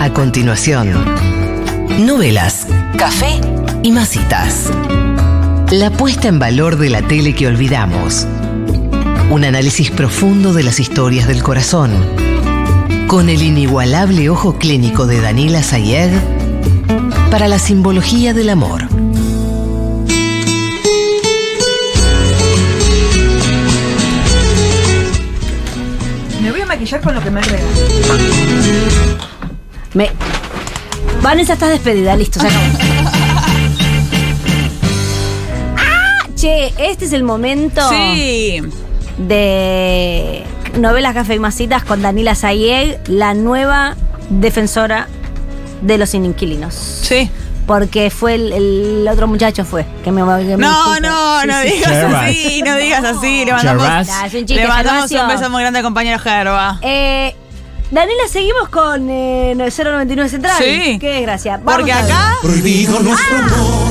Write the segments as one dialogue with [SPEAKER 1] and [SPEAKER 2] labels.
[SPEAKER 1] A continuación, novelas, café y masitas. La puesta en valor de la tele que olvidamos. Un análisis profundo de las historias del corazón. Con el inigualable ojo clínico de Daniela Sayed para la simbología del amor.
[SPEAKER 2] Me voy a maquillar con lo que me enreda.
[SPEAKER 3] Me... Vanessa, estás despedida, listo, se acabó. ¡Ah! Che, este es el momento
[SPEAKER 4] Sí.
[SPEAKER 3] de novelas café y masitas con Daniela Sayeg, la nueva defensora de los inquilinos.
[SPEAKER 4] Sí.
[SPEAKER 3] Porque fue el, el otro muchacho fue que me, que me
[SPEAKER 4] No,
[SPEAKER 3] disculpe.
[SPEAKER 4] no, no digas
[SPEAKER 5] Gervas.
[SPEAKER 4] así, no digas así. Le
[SPEAKER 5] Gervas.
[SPEAKER 4] mandamos,
[SPEAKER 3] Nah, es un chiste,
[SPEAKER 4] le mandamos
[SPEAKER 3] Gervasio.
[SPEAKER 4] un beso muy grande al compañero Gerba.
[SPEAKER 3] Eh, Daniela, seguimos con eh, 099 Central.
[SPEAKER 4] Sí.
[SPEAKER 3] Qué desgracia. Vamos
[SPEAKER 4] Porque
[SPEAKER 3] a ver.
[SPEAKER 4] acá. Ah.
[SPEAKER 6] Prohibido nuestro amor.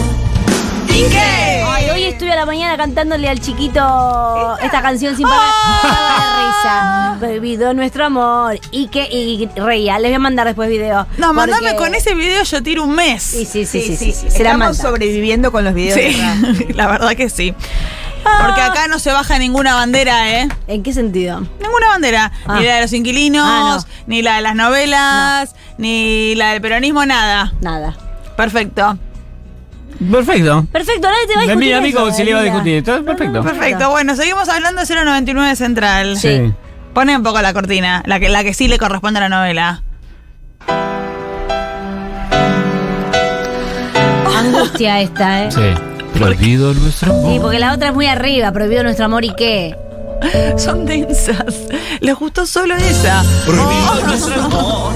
[SPEAKER 3] Ay,
[SPEAKER 4] Eh.
[SPEAKER 3] hoy estuve a la mañana cantándole al chiquito esta, canción sin parar.
[SPEAKER 4] Oh.
[SPEAKER 3] Estaba de risa. Prohibido nuestro amor. Y que y reía. Les voy a mandar después video.
[SPEAKER 4] No, mandame
[SPEAKER 3] porque-
[SPEAKER 4] con ese video, yo tiro un mes.
[SPEAKER 3] Sí, sí, sí, sí. sí, sí. Se la
[SPEAKER 2] Estamos
[SPEAKER 3] manda.
[SPEAKER 2] sobreviviendo con los videos. de
[SPEAKER 4] Sí,
[SPEAKER 2] verdad.
[SPEAKER 4] la verdad Ah. que sí. Porque acá no se baja ninguna bandera, ¿eh?
[SPEAKER 3] Ah. ¿En qué sentido?
[SPEAKER 4] Ninguna bandera.
[SPEAKER 3] Ah.
[SPEAKER 4] Ni la de los inquilinos,
[SPEAKER 3] Ah, no.
[SPEAKER 4] ni la de las novelas, ni la del peronismo, nada.
[SPEAKER 3] Nada.
[SPEAKER 4] Perfecto.
[SPEAKER 5] Perfecto.
[SPEAKER 3] Perfecto, nadie te va a
[SPEAKER 5] De
[SPEAKER 3] discutir.
[SPEAKER 5] mí, a mí
[SPEAKER 3] eso, eh,
[SPEAKER 5] como si le iba a
[SPEAKER 3] Daniela.
[SPEAKER 5] discutir. Todo perfecto.
[SPEAKER 4] Perfecto. Bueno, seguimos hablando de 099 Central.
[SPEAKER 5] Sí.
[SPEAKER 4] Pone un poco la cortina, la que, la que sí le corresponde a la novela.
[SPEAKER 3] Angustia esta, ¿eh? Sí.
[SPEAKER 5] Sí. Prohibido nuestro amor.
[SPEAKER 3] porque la otra es muy arriba. Prohibido nuestro amor y qué.
[SPEAKER 4] Son densas. Les gustó solo esa. Oh,
[SPEAKER 6] Prohibido nuestro amor.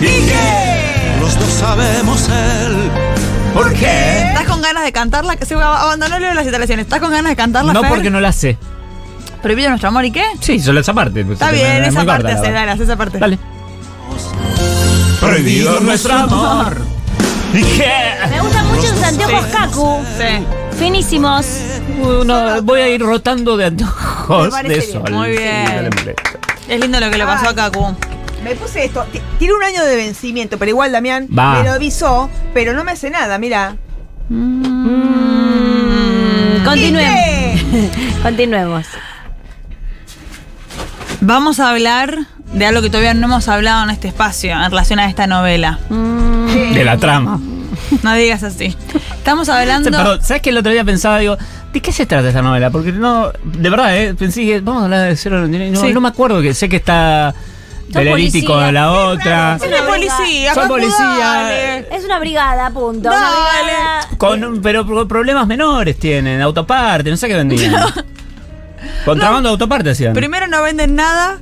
[SPEAKER 6] ¿Y qué? Los dos sabemos el por qué.
[SPEAKER 4] ¿Estás con ganas de cantarla? Se abandonó las instalaciones. ¿Estás con ganas de cantarla?
[SPEAKER 5] No
[SPEAKER 4] Fer?
[SPEAKER 5] porque no la sé.
[SPEAKER 4] ¿Prohibido nuestro amor y qué?
[SPEAKER 5] Sí, solo esa parte.
[SPEAKER 4] Está bien, esa parte, hace, dale, hace esa parte.
[SPEAKER 5] Dale.
[SPEAKER 6] Prohibido nuestro amor.
[SPEAKER 5] ¿Y qué?
[SPEAKER 3] Me gusta mucho los anteojos Kaku.
[SPEAKER 4] Sí.
[SPEAKER 3] Finísimos.
[SPEAKER 5] Uno, voy a ir rotando de antojos
[SPEAKER 2] Me parece
[SPEAKER 5] de
[SPEAKER 2] bien.
[SPEAKER 5] sol.
[SPEAKER 4] Muy
[SPEAKER 5] Sí,
[SPEAKER 4] bien.
[SPEAKER 5] dale, dale.
[SPEAKER 4] Es lindo lo que le pasó a Kaku.
[SPEAKER 2] Me puse esto. Ti- Tiene un año de vencimiento, pero igual, Damián,
[SPEAKER 5] Va.
[SPEAKER 2] me lo avisó, pero no me hace nada, mira.
[SPEAKER 3] Mm, Continuemos.
[SPEAKER 2] ¿Qué?
[SPEAKER 3] Continuemos.
[SPEAKER 4] Vamos a hablar de algo que todavía no hemos hablado en este espacio en relación a esta novela.
[SPEAKER 5] De la trama.
[SPEAKER 4] No digas así. Estamos hablando.
[SPEAKER 5] Perdón, ¿sabes que el otro día pensaba, digo, ¿de qué se trata esta novela? Porque no, de verdad, ¿eh? pensé que vamos a hablar de cero, y no,
[SPEAKER 4] Sí.
[SPEAKER 5] no me acuerdo que sé que está
[SPEAKER 3] Son
[SPEAKER 5] Belelítico
[SPEAKER 3] policías.
[SPEAKER 5] la otra.
[SPEAKER 4] Son de policía.
[SPEAKER 5] Son
[SPEAKER 4] Facu,
[SPEAKER 5] policía.
[SPEAKER 4] dale.
[SPEAKER 3] Es una brigada, punto. Una
[SPEAKER 4] Dale.
[SPEAKER 3] brigada.
[SPEAKER 5] Con, un- pero pro- problemas menores tienen, autoparte, no sé qué vendían. Contrabando de autoparte hacían.
[SPEAKER 4] Primero no venden nada.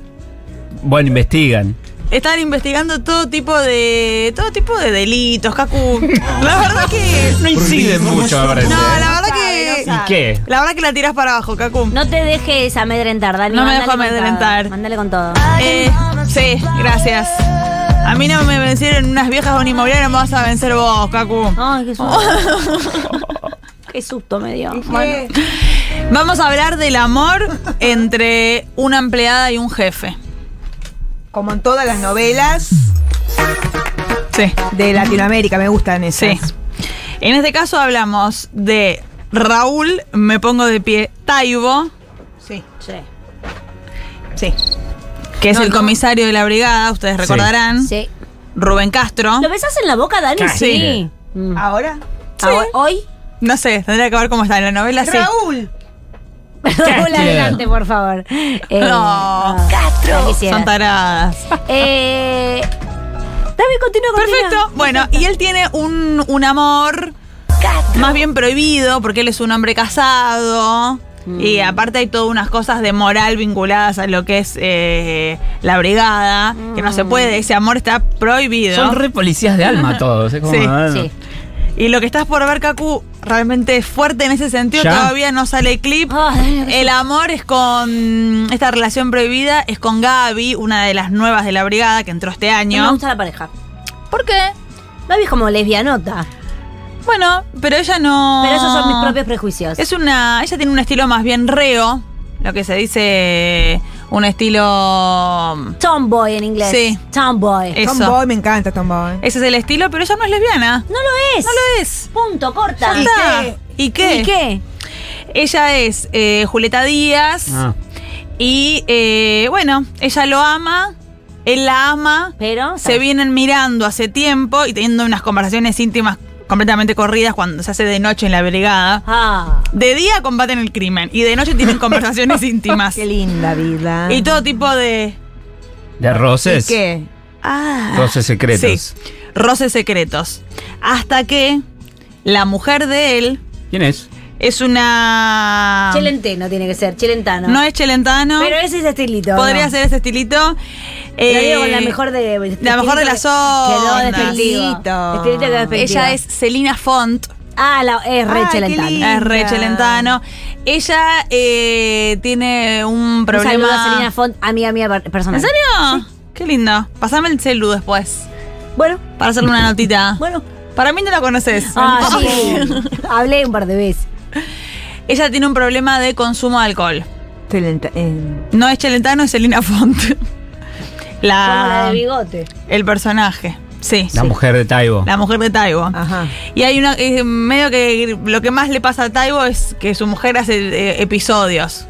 [SPEAKER 5] Bueno, investigan.
[SPEAKER 4] Están investigando todo tipo de. todo tipo de delitos, Kaku. La verdad que.
[SPEAKER 5] No inciden mucho, me parece.
[SPEAKER 4] No, la verdad
[SPEAKER 2] sabe,
[SPEAKER 4] que.
[SPEAKER 2] no
[SPEAKER 5] ¿Y qué?
[SPEAKER 4] La verdad que la tiras para abajo, Kaku.
[SPEAKER 3] No te dejes amedrentar, Dani.
[SPEAKER 4] No me
[SPEAKER 3] mándale
[SPEAKER 4] dejo
[SPEAKER 3] con todo,
[SPEAKER 4] amedrentar.
[SPEAKER 3] Mándale con todo.
[SPEAKER 4] Eh, sí, gracias. A mí no me vencieron unas viejas de un inmobiliario, me vas a vencer vos, Kaku.
[SPEAKER 3] Ay, qué susto. qué susto me dio. Bueno.
[SPEAKER 4] Vamos a hablar del amor entre una empleada y un jefe.
[SPEAKER 2] Como en todas las novelas
[SPEAKER 4] Sí.
[SPEAKER 2] de Latinoamérica, me gustan esas.
[SPEAKER 4] Sí. En este caso hablamos de Raúl, me pongo de pie, Taibo,
[SPEAKER 2] Sí.
[SPEAKER 3] Sí.
[SPEAKER 2] Sí.
[SPEAKER 4] que es
[SPEAKER 2] No,
[SPEAKER 4] el
[SPEAKER 2] no.
[SPEAKER 4] comisario de la brigada, ustedes recordarán.
[SPEAKER 3] Sí.
[SPEAKER 4] Rubén Castro.
[SPEAKER 3] ¿Lo besás en la boca, Dani?
[SPEAKER 5] Casi.
[SPEAKER 3] Sí. Mm.
[SPEAKER 4] Ah,
[SPEAKER 2] Ahora.
[SPEAKER 3] Ahora- ¿Hoy?
[SPEAKER 4] No sé, tendría que ver cómo está en la novela. Sí.
[SPEAKER 2] Raúl.
[SPEAKER 3] Raúl, adelante, por favor. Eh,
[SPEAKER 4] No.
[SPEAKER 3] ah, ya quisiera.
[SPEAKER 4] Son taradas.
[SPEAKER 3] Eh, Dami, continúa, continúa.
[SPEAKER 4] Perfecto. Bueno, y él tiene un, un amor más bien prohibido porque él es un hombre casado. Y aparte hay todas unas cosas de moral vinculadas a lo que es eh, la brigada, que no se puede, ese amor está prohibido.
[SPEAKER 5] Son re policías de alma todos. es como,
[SPEAKER 4] Sí,
[SPEAKER 5] ah, no.
[SPEAKER 3] Sí.
[SPEAKER 4] Y lo que estás por ver, Kaku, realmente es fuerte en ese sentido.
[SPEAKER 5] Ya.
[SPEAKER 4] Todavía no sale el clip.
[SPEAKER 3] Ah, Dani, qué
[SPEAKER 4] El amor es con. Esta relación prohibida es con Gaby, una de las nuevas de la brigada que entró este
[SPEAKER 3] No me
[SPEAKER 4] año.
[SPEAKER 3] gusta la pareja.
[SPEAKER 4] ¿Por qué?
[SPEAKER 3] La vi como lesbianota.
[SPEAKER 4] Bueno, pero ella no.
[SPEAKER 3] Pero esos son mis propios prejuicios.
[SPEAKER 4] Es una. Ella tiene un estilo más bien reo, lo que se dice un estilo.
[SPEAKER 3] Tomboy en inglés.
[SPEAKER 4] Sí.
[SPEAKER 3] Tomboy.
[SPEAKER 4] Eso.
[SPEAKER 2] Tomboy, me encanta Tomboy.
[SPEAKER 4] Ese es el estilo, pero ella no es lesbiana.
[SPEAKER 3] No lo es.
[SPEAKER 4] Eh, No lo es.
[SPEAKER 3] Punto, corta.
[SPEAKER 4] Ya está. ¿Y qué?
[SPEAKER 3] ¿Y qué?
[SPEAKER 4] Ella es eh, Julieta Díaz.
[SPEAKER 5] Ah.
[SPEAKER 4] Y eh, bueno, ella lo ama, él la ama.
[SPEAKER 3] Pero.
[SPEAKER 4] Se vienen mirando hace tiempo y teniendo unas conversaciones íntimas completamente corridas cuando se hace de noche en la brigada.
[SPEAKER 3] Ah.
[SPEAKER 4] De día combaten el crimen y de noche tienen conversaciones íntimas.
[SPEAKER 2] Qué linda vida.
[SPEAKER 4] Y todo tipo de.
[SPEAKER 5] De roces.
[SPEAKER 4] ¿Qué? Ah.
[SPEAKER 5] Roces secretos.
[SPEAKER 4] Sí, roces secretos. Hasta que la mujer de él
[SPEAKER 5] ¿Quién es?
[SPEAKER 4] es una.
[SPEAKER 3] Chelenteno tiene que ser, chelentano.
[SPEAKER 4] Ah. No es chelentano.
[SPEAKER 3] Pero ese es estilito.
[SPEAKER 4] Podría
[SPEAKER 3] ¿no?
[SPEAKER 4] ser ese estilito.
[SPEAKER 3] Lo
[SPEAKER 4] Eh,
[SPEAKER 3] digo con la mejor de.
[SPEAKER 4] la mejor de las
[SPEAKER 3] Quedó
[SPEAKER 4] ondas.
[SPEAKER 3] despectivo.
[SPEAKER 2] Estilito.
[SPEAKER 3] Estilito quedó despectivo.
[SPEAKER 4] Ella es Celina Font.
[SPEAKER 3] Ah, la, es re
[SPEAKER 2] Ay, qué
[SPEAKER 3] chelentano.
[SPEAKER 2] lindo.
[SPEAKER 4] Es re chelentano. Ella eh, tiene un
[SPEAKER 3] Un
[SPEAKER 4] problema.
[SPEAKER 3] saludo a Selena Font, amiga mía per- personal.
[SPEAKER 4] ¿En serio? Qué lindo. Pasame el celu después.
[SPEAKER 3] Bueno,
[SPEAKER 4] Para hacerle una notita.
[SPEAKER 3] bueno.
[SPEAKER 4] Para mí no la conoces.
[SPEAKER 3] Ah, sí. Hablé un par de veces.
[SPEAKER 4] Ella tiene un problema de consumo de alcohol.
[SPEAKER 2] Excelente, eh,
[SPEAKER 4] No es Chelentano, es Celina Font.
[SPEAKER 3] Como la
[SPEAKER 4] La,
[SPEAKER 3] de bigote.
[SPEAKER 4] el personaje. Sí.
[SPEAKER 5] La mujer de Taibo.
[SPEAKER 4] La mujer de Taibo.
[SPEAKER 3] Ah.
[SPEAKER 2] Ajá.
[SPEAKER 4] Y hay una. eh, medio que lo que más le pasa a Taibo es que su mujer hace eh, episodios.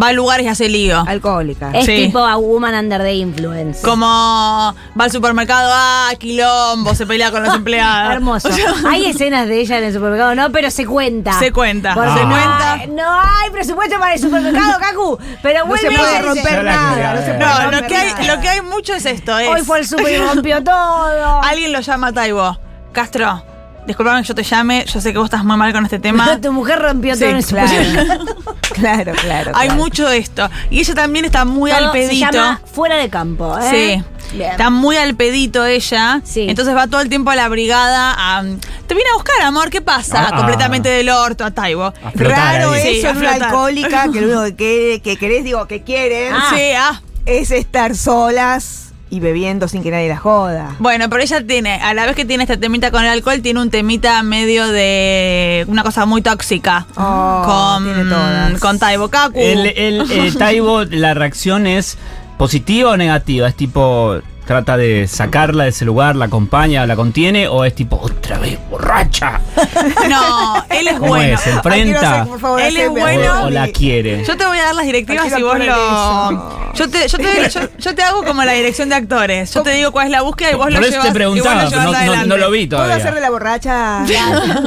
[SPEAKER 4] Va a lugares y hace lío.
[SPEAKER 2] Alcohólica.
[SPEAKER 3] Es
[SPEAKER 4] Sí.
[SPEAKER 3] tipo a woman under the influence.
[SPEAKER 4] Como va al supermercado, ah, quilombo, se pelea con los empleados.
[SPEAKER 3] Ah, Hermoso. Hay escenas de ella en el supermercado, no, pero se cuenta.
[SPEAKER 4] Se cuenta,
[SPEAKER 3] Porque
[SPEAKER 5] se
[SPEAKER 3] no
[SPEAKER 4] cuenta.
[SPEAKER 3] hay- No hay presupuesto para el supermercado, Cacu. Pero
[SPEAKER 2] No
[SPEAKER 3] vuelve
[SPEAKER 2] se
[SPEAKER 3] ella
[SPEAKER 2] puede
[SPEAKER 3] y dice,
[SPEAKER 2] romper
[SPEAKER 5] Yo la quería
[SPEAKER 2] nada. No, se
[SPEAKER 5] ver.
[SPEAKER 2] puede
[SPEAKER 4] No, lo
[SPEAKER 2] romper
[SPEAKER 4] que, hay,
[SPEAKER 2] nada.
[SPEAKER 4] lo que hay mucho es esto. Es,
[SPEAKER 3] Hoy fue el super y rompió todo.
[SPEAKER 4] Alguien lo llama a Taibo. Castro, disculpame que yo te llame, yo sé que vos estás muy mal con este tema.
[SPEAKER 3] Tu mujer rompió
[SPEAKER 4] Sí,
[SPEAKER 3] todo en el supermercado.
[SPEAKER 2] Claro, claro, claro.
[SPEAKER 4] Hay
[SPEAKER 2] claro.
[SPEAKER 4] mucho de esto. Y ella también está muy
[SPEAKER 3] Todo
[SPEAKER 4] al pedito.
[SPEAKER 3] Se llama fuera de campo, ¿eh?
[SPEAKER 4] Sí.
[SPEAKER 3] Bien.
[SPEAKER 4] Está muy al pedito ella.
[SPEAKER 3] Sí.
[SPEAKER 4] Entonces va todo el tiempo a la brigada a, Te viene a buscar, amor, ¿qué pasa?
[SPEAKER 5] Ah.
[SPEAKER 4] Completamente del orto a Taibo.
[SPEAKER 5] A flotar
[SPEAKER 2] Raro
[SPEAKER 5] ahí.
[SPEAKER 4] Sí,
[SPEAKER 2] eso
[SPEAKER 4] a
[SPEAKER 2] en una
[SPEAKER 4] flotar.
[SPEAKER 2] alcohólica que lo único que, que querés, digo, que quieres,
[SPEAKER 3] Ah.
[SPEAKER 4] Sí, ah.
[SPEAKER 2] es estar solas y bebiendo sin que nadie la joda.
[SPEAKER 4] Bueno, pero ella tiene, a la vez que tiene este temita con el alcohol, tiene un temita medio de una cosa muy tóxica.
[SPEAKER 2] Oh, tiene todas.
[SPEAKER 4] con, con Taibo Kaku.
[SPEAKER 5] El, el, eh, Taibo, la reacción es positiva o negativa. Es tipo, trata de sacarla de ese lugar, la acompaña, la contiene, o es tipo, otra vez borracha.
[SPEAKER 4] No, él es
[SPEAKER 5] ¿Cómo
[SPEAKER 4] bueno.
[SPEAKER 5] es? ¿Se
[SPEAKER 2] Ay, quiero
[SPEAKER 5] enfrenta?
[SPEAKER 2] hacer, por favor,
[SPEAKER 4] Él es
[SPEAKER 2] hacerme
[SPEAKER 4] bueno.
[SPEAKER 5] o, o la quiere.
[SPEAKER 4] Yo te voy a dar las directivas
[SPEAKER 2] Ay,
[SPEAKER 4] si
[SPEAKER 2] quiero
[SPEAKER 4] vos lo.
[SPEAKER 2] poner eso.
[SPEAKER 4] Yo te, yo, te, yo, yo te hago como la dirección de actores. Yo te digo cuál es la búsqueda y vos
[SPEAKER 5] Por
[SPEAKER 4] lo
[SPEAKER 5] eso
[SPEAKER 4] llevas.
[SPEAKER 5] te
[SPEAKER 4] y vos lo
[SPEAKER 5] preguntaba,
[SPEAKER 4] llevas
[SPEAKER 5] pero no, no-
[SPEAKER 4] adelante.
[SPEAKER 5] no lo vi
[SPEAKER 2] ¿Puedo hacer de
[SPEAKER 5] todavía.
[SPEAKER 2] la borracha?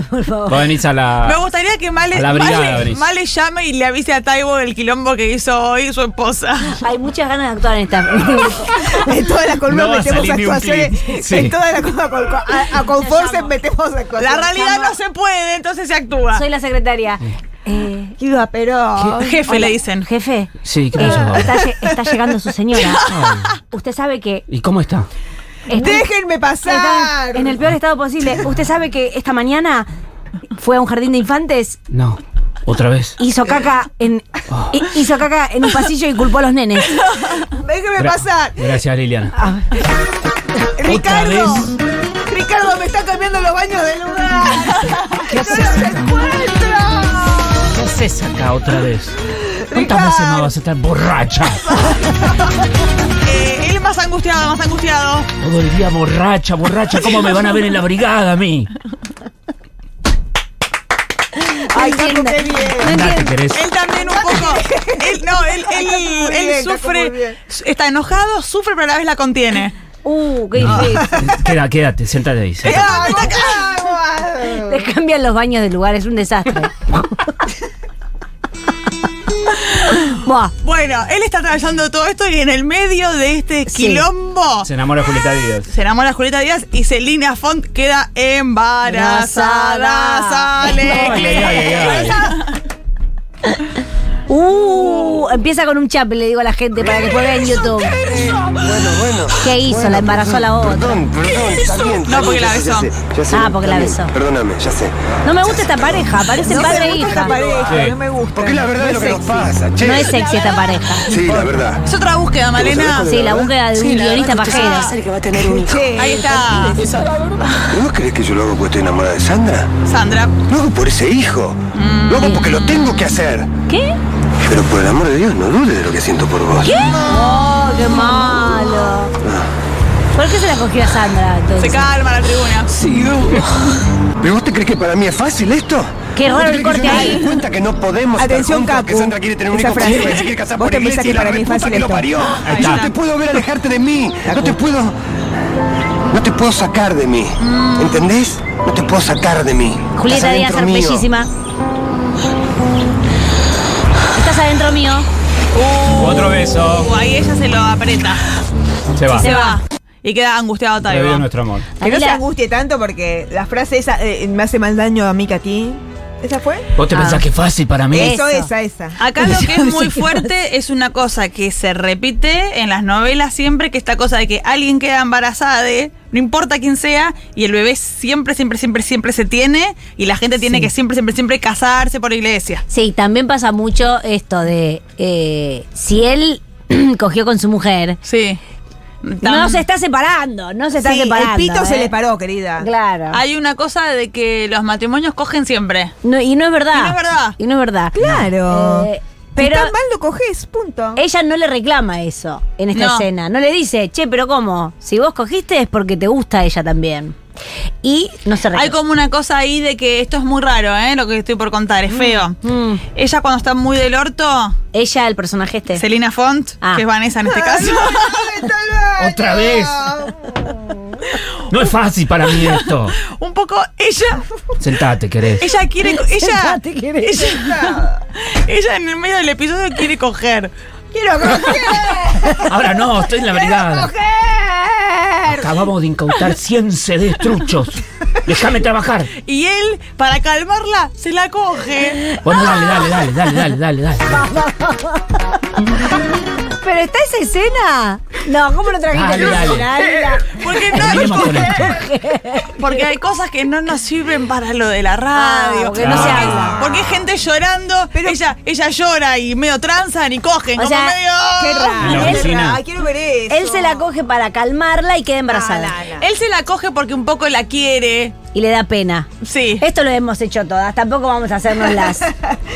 [SPEAKER 3] Por favor.
[SPEAKER 5] Vos venís a
[SPEAKER 4] Me
[SPEAKER 5] la.
[SPEAKER 4] gustaría que Male,
[SPEAKER 5] A la brigada,
[SPEAKER 4] Male-
[SPEAKER 5] Brice.
[SPEAKER 4] Male llame y le avise a Taibo del quilombo que hizo hoy su esposa.
[SPEAKER 3] Hay muchas ganas de actuar en esta.
[SPEAKER 2] En todas las columnas
[SPEAKER 5] No va a
[SPEAKER 2] metemos
[SPEAKER 5] salir ni un clip.
[SPEAKER 2] actuaciones.
[SPEAKER 5] Sí.
[SPEAKER 2] En todas las columnas. A, a Conforce metemos actuaciones.
[SPEAKER 4] La realidad no se puede, entonces se actúa.
[SPEAKER 3] Soy la secretaria. Eh,
[SPEAKER 2] Iba, pero.
[SPEAKER 4] Jefe, le dicen.
[SPEAKER 3] jefe,
[SPEAKER 5] Sí, ¿qué
[SPEAKER 3] eh,
[SPEAKER 5] pasó?
[SPEAKER 4] Ah,
[SPEAKER 3] está, lle- está llegando su señora.
[SPEAKER 5] Ay,
[SPEAKER 3] Usted sabe que
[SPEAKER 5] ¿Y cómo está?
[SPEAKER 3] está-
[SPEAKER 2] Déjenme
[SPEAKER 3] está
[SPEAKER 2] pasar.
[SPEAKER 3] en el peor estado posible. Usted sabe que esta mañana fue a un jardín de infantes,
[SPEAKER 5] No, otra vez.
[SPEAKER 3] hizo caca en hi- hizo caca en un pasillo y culpó a los nenes.
[SPEAKER 2] Déjenme
[SPEAKER 5] Gra-
[SPEAKER 2] pasar.
[SPEAKER 5] Gracias, Liliana.
[SPEAKER 4] Ah,
[SPEAKER 2] Ricardo.
[SPEAKER 5] vez?
[SPEAKER 2] Ricardo, me está cambiando los baños de lugar.
[SPEAKER 5] ¿Qué
[SPEAKER 2] ¡No
[SPEAKER 5] haces
[SPEAKER 2] los encuentro!
[SPEAKER 5] ¿Qué haces acá Ah, otra vez? ¿Cuántas
[SPEAKER 2] Ricardo.
[SPEAKER 5] veces más vas a estar borracha?
[SPEAKER 4] Eh, él más angustiado, más angustiado.
[SPEAKER 5] Todo el día borracha, borracha. ¿Cómo me van a ver en la brigada a mí?
[SPEAKER 2] Ay,
[SPEAKER 3] No
[SPEAKER 2] Caco,
[SPEAKER 3] entiendo.
[SPEAKER 2] qué bien.
[SPEAKER 5] Andate, querés.
[SPEAKER 4] Él también un poco. Él, no, él, él-
[SPEAKER 2] Muy bien,
[SPEAKER 4] él
[SPEAKER 2] Caco, muy
[SPEAKER 4] sufre.
[SPEAKER 2] bien.
[SPEAKER 4] Está enojado, sufre, pero a la vez la contiene. Eh,
[SPEAKER 3] Uh, qué difícil.
[SPEAKER 5] Queda, quédate, siéntate ahí. siéntate.
[SPEAKER 4] ah,
[SPEAKER 2] Vamos, vamos.
[SPEAKER 3] Le cambian los baños de lugar, es un desastre. Buah.
[SPEAKER 4] Bueno, él está atravesando todo esto y en el medio de este
[SPEAKER 3] Sí.
[SPEAKER 4] quilombo.
[SPEAKER 5] Se enamora Julieta Díaz.
[SPEAKER 4] Se enamora Julieta Díaz y Celina Font queda embarazada.
[SPEAKER 3] Embarazada.
[SPEAKER 4] Sale.
[SPEAKER 5] Ay, ay, ay, ay.
[SPEAKER 3] Uh, empieza con un chape, le digo a la gente para que después vean en YouTube.
[SPEAKER 7] Bueno, bueno.
[SPEAKER 3] ¿Qué hizo? la embarazó a la otra.
[SPEAKER 7] Perdón, perdón, está bien.
[SPEAKER 4] No, porque
[SPEAKER 7] ya
[SPEAKER 4] la
[SPEAKER 7] sé,
[SPEAKER 4] besó.
[SPEAKER 7] ya sé, ya sé,
[SPEAKER 3] Ah, porque la
[SPEAKER 7] está bien.
[SPEAKER 3] besó.
[SPEAKER 7] Perdóname, ya sé.
[SPEAKER 3] No me gusta esta pareja, parece
[SPEAKER 2] No
[SPEAKER 3] padre
[SPEAKER 2] me
[SPEAKER 3] e
[SPEAKER 2] gusta
[SPEAKER 3] hija.
[SPEAKER 2] esta pareja,
[SPEAKER 5] Sí.
[SPEAKER 2] no me gusta.
[SPEAKER 7] Porque la verdad es lo que nos pasa, che.
[SPEAKER 3] No es sexy esta pareja.
[SPEAKER 7] Sí, la verdad.
[SPEAKER 4] Es otra búsqueda, Malena.
[SPEAKER 3] Sí, la búsqueda de un guionista pajero.
[SPEAKER 2] Che,
[SPEAKER 4] Ahí está
[SPEAKER 7] ¿Pero vos crees que yo lo hago porque estoy enamorada de Sandra?
[SPEAKER 4] Sandra.
[SPEAKER 3] Mm.
[SPEAKER 7] Lo hago por ese hijo. Lo hago porque lo tengo que hacer.
[SPEAKER 3] ¿Qué?
[SPEAKER 7] Pero por el amor de Dios, no dudes de lo que siento por vos.
[SPEAKER 3] ¡Oh, qué malo! ¿Por qué se la cogió a Sandra
[SPEAKER 4] Se
[SPEAKER 3] entonces?
[SPEAKER 4] calma la tribuna. Uh,
[SPEAKER 7] Sí, no. ¿Pero vos te crees que para mí es fácil esto?
[SPEAKER 3] Qué
[SPEAKER 7] ¿Vos
[SPEAKER 3] raro
[SPEAKER 7] te
[SPEAKER 3] el
[SPEAKER 7] crees
[SPEAKER 3] corte
[SPEAKER 7] que yo no me
[SPEAKER 3] ahí.
[SPEAKER 7] doy cuenta que no podemos estar
[SPEAKER 2] Atención,
[SPEAKER 7] juntos,
[SPEAKER 2] Capu.
[SPEAKER 7] Que Sandra quiere tener un
[SPEAKER 2] Esa
[SPEAKER 7] hijo
[SPEAKER 2] frase.
[SPEAKER 7] conmigo y se quiere casar
[SPEAKER 2] Vos
[SPEAKER 7] por
[SPEAKER 2] te pensás
[SPEAKER 7] iglesia
[SPEAKER 2] que
[SPEAKER 7] y la
[SPEAKER 2] para mí es
[SPEAKER 7] reputa
[SPEAKER 2] fácil
[SPEAKER 7] que lo
[SPEAKER 2] esto.
[SPEAKER 7] parió.
[SPEAKER 5] Ahí
[SPEAKER 7] Yo
[SPEAKER 5] está.
[SPEAKER 7] no te puedo ver alejarte de mí. No te puedo... No te puedo sacar de mí. ¿Entendés? No te puedo sacar de mí.
[SPEAKER 3] Mm. Julieta
[SPEAKER 7] Estás
[SPEAKER 3] Díaz,
[SPEAKER 7] adentro mío.
[SPEAKER 3] bellísima. Estás adentro mío.
[SPEAKER 4] Uh,
[SPEAKER 5] Otro beso.
[SPEAKER 4] uh, ahí ella se lo aprieta.
[SPEAKER 5] Se
[SPEAKER 2] Ah.
[SPEAKER 5] va.
[SPEAKER 4] Se va. Y queda angustiado
[SPEAKER 5] Revive
[SPEAKER 4] Taibo.
[SPEAKER 5] nuestro amor.
[SPEAKER 2] Que no se
[SPEAKER 3] Daniela,
[SPEAKER 2] angustie tanto porque la frase esa eh, me hace mal daño a mí que a ti. ¿Esa fue?
[SPEAKER 5] ¿Vos
[SPEAKER 4] Ah.
[SPEAKER 5] te pensás que es fácil para mí?
[SPEAKER 2] Eso,
[SPEAKER 3] Eso.
[SPEAKER 2] esa, esa.
[SPEAKER 4] Acá lo que es muy fuerte es una cosa que se repite en las novelas siempre, que esta cosa de que alguien queda embarazada, de, no importa quién sea, y el bebé siempre, siempre, siempre, siempre se tiene, y la gente tiene que siempre, siempre, siempre casarse por iglesia.
[SPEAKER 3] Sí, también pasa mucho esto de eh, si él cogió con su mujer.
[SPEAKER 4] Sí.
[SPEAKER 3] No se está separando, no se está
[SPEAKER 2] Sí,
[SPEAKER 3] separando.
[SPEAKER 2] el pito se
[SPEAKER 3] ¿eh?
[SPEAKER 2] le paró, querida.
[SPEAKER 3] Claro.
[SPEAKER 4] Hay una cosa de que los matrimonios cogen siempre.
[SPEAKER 3] No, y no es verdad.
[SPEAKER 4] Y no es verdad.
[SPEAKER 3] Y no es verdad.
[SPEAKER 2] Claro.
[SPEAKER 3] Eh,
[SPEAKER 2] pero
[SPEAKER 3] pero Eh,
[SPEAKER 2] tan mal lo coges, punto.
[SPEAKER 3] ella no le reclama eso en esta
[SPEAKER 4] No.
[SPEAKER 3] escena. No le dice, che, pero ¿cómo? Si vos cogiste es porque te gusta a ella también. Y no se reclama.
[SPEAKER 4] Hay como una cosa ahí de que esto es muy raro, ¿eh? Lo que estoy por contar, es feo.
[SPEAKER 3] Mm.
[SPEAKER 4] Ella cuando está muy del orto,
[SPEAKER 3] Ella, el personaje este.
[SPEAKER 4] Celina Font,
[SPEAKER 3] Ah.
[SPEAKER 4] que es Vanessa en este caso.
[SPEAKER 5] Otra vez. No es fácil para mí esto.
[SPEAKER 4] un poco ella
[SPEAKER 5] Sentate, querés.
[SPEAKER 4] ella quiere co- ella
[SPEAKER 2] Sentate, querés.
[SPEAKER 4] ella, ella en el medio del episodio quiere coger
[SPEAKER 2] Quiero coger.
[SPEAKER 5] Ahora no, estoy en la brigada.
[SPEAKER 2] coger.
[SPEAKER 5] Acabamos de incautar 100 CDs truchos. Déjame trabajar.
[SPEAKER 4] y él para calmarla se la coge
[SPEAKER 5] Bueno, dale, dale, dale, dale, dale, dale, dale.
[SPEAKER 3] Pero está esa escena. No, ¿cómo lo trajiste?
[SPEAKER 5] Dale, dale.
[SPEAKER 3] Daniela?
[SPEAKER 4] porque
[SPEAKER 5] Terminemos con
[SPEAKER 4] no
[SPEAKER 5] esto.
[SPEAKER 4] porque hay cosas que no nos sirven para lo de la
[SPEAKER 3] Ah,
[SPEAKER 4] radio
[SPEAKER 3] porque no
[SPEAKER 5] se
[SPEAKER 4] Porque-
[SPEAKER 5] habla.
[SPEAKER 4] porque hay gente llorando ella ella llora y medio tranzan y cogen
[SPEAKER 3] O
[SPEAKER 4] como
[SPEAKER 3] sea,
[SPEAKER 4] medio
[SPEAKER 2] Qué
[SPEAKER 5] En
[SPEAKER 2] raro.
[SPEAKER 5] la
[SPEAKER 2] qué
[SPEAKER 5] oficina.
[SPEAKER 2] raro. Ay, quiero ver eso.
[SPEAKER 3] Él se la coge para calmarla y queda embarazada.
[SPEAKER 2] Ah, la, la.
[SPEAKER 4] él se la coge porque un poco la quiere
[SPEAKER 3] Y le da pena.
[SPEAKER 4] sí
[SPEAKER 3] Esto lo hemos hecho todas, tampoco vamos a hacernos las.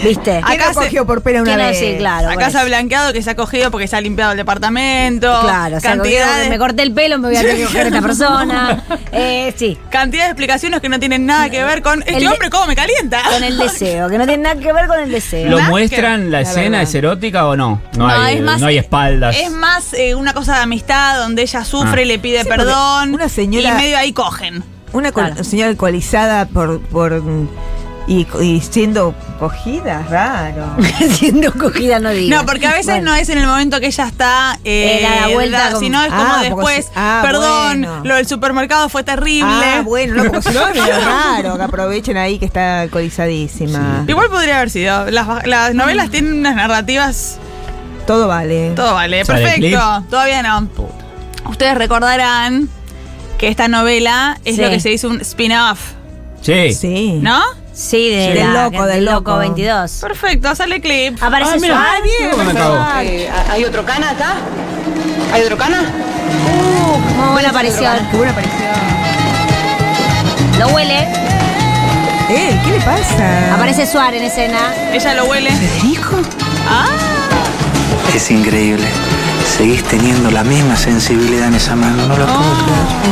[SPEAKER 3] ¿Viste?
[SPEAKER 2] ¿Quién
[SPEAKER 4] Acá
[SPEAKER 2] no
[SPEAKER 4] se-
[SPEAKER 2] cogió por pena una
[SPEAKER 3] ¿Quién no?
[SPEAKER 2] vez?
[SPEAKER 3] Sí, claro. por
[SPEAKER 4] Acá se ha
[SPEAKER 3] eso.
[SPEAKER 4] blanqueado que se ha cogido porque se ha limpiado el departamento.
[SPEAKER 3] Claro, o sea,
[SPEAKER 4] cantidad,
[SPEAKER 3] como que
[SPEAKER 4] de,
[SPEAKER 3] me corté el pelo, me voy a tener que coger a esta persona. Eh, sí,
[SPEAKER 4] cantidad de explicaciones que no tienen nada que ver con este
[SPEAKER 3] de-
[SPEAKER 4] hombre cómo me calienta.
[SPEAKER 3] con el deseo, que no tiene nada que ver con el deseo.
[SPEAKER 5] ¿Lo
[SPEAKER 4] ¿Verdad?
[SPEAKER 5] muestran la escena? ¿Es erótica o no? No, hay,
[SPEAKER 4] es más-
[SPEAKER 5] no hay espaldas.
[SPEAKER 4] Es más eh, una cosa de amistad donde ella sufre,
[SPEAKER 5] Ah.
[SPEAKER 4] le pide
[SPEAKER 2] Sí, porque
[SPEAKER 4] perdón.
[SPEAKER 2] una señora-
[SPEAKER 4] Y medio ahí cogen.
[SPEAKER 2] Una col-
[SPEAKER 3] Claro.
[SPEAKER 2] señora alcoholizada por, por mm, y, y siendo cogida, raro.
[SPEAKER 3] Siendo cogida no digo.
[SPEAKER 4] No, porque a veces no es en el momento que ella está.
[SPEAKER 3] Eh, da la vuelta como-
[SPEAKER 4] sino es como
[SPEAKER 2] Ah, porque
[SPEAKER 4] después.
[SPEAKER 2] si- ah,
[SPEAKER 4] perdón,
[SPEAKER 2] bueno.
[SPEAKER 4] lo del supermercado fue terrible.
[SPEAKER 2] Ah, bueno, no, porque si no es medio raro que aprovechen ahí que está alcoholizadísima.
[SPEAKER 4] Igual podría haber sido. Las, las novelas tienen unas narrativas
[SPEAKER 2] Todo vale.
[SPEAKER 4] Todo vale,
[SPEAKER 5] ¿Sale
[SPEAKER 4] perfecto. Todavía no. Ustedes recordarán que esta novela es
[SPEAKER 3] Sí.
[SPEAKER 4] lo que se hizo un spin-off,
[SPEAKER 5] Sí.
[SPEAKER 2] Sí.
[SPEAKER 4] ¿no?
[SPEAKER 3] Sí, de
[SPEAKER 2] Del
[SPEAKER 3] la-
[SPEAKER 2] loco,
[SPEAKER 3] del
[SPEAKER 2] del
[SPEAKER 3] loco.
[SPEAKER 2] loco.
[SPEAKER 3] 22.
[SPEAKER 4] Perfecto, sale clip.
[SPEAKER 3] Aparece
[SPEAKER 5] Ah, mira.
[SPEAKER 3] Suárez.
[SPEAKER 2] Ah, bien,
[SPEAKER 5] No, me
[SPEAKER 2] perfecto.
[SPEAKER 5] cago.
[SPEAKER 8] Eh, ¿Hay otro cana acá? ¿Hay otro cana?
[SPEAKER 3] Muy buena aparición.
[SPEAKER 2] Qué buena aparición.
[SPEAKER 3] Lo huele.
[SPEAKER 2] Eh, ¿qué le pasa?
[SPEAKER 3] Aparece Suárez en escena.
[SPEAKER 4] Ella lo huele.
[SPEAKER 7] ¿Federico?
[SPEAKER 4] Ah,
[SPEAKER 9] Es increíble. Seguís teniendo la misma sensibilidad en esa mano, no lo puedo
[SPEAKER 3] Oh.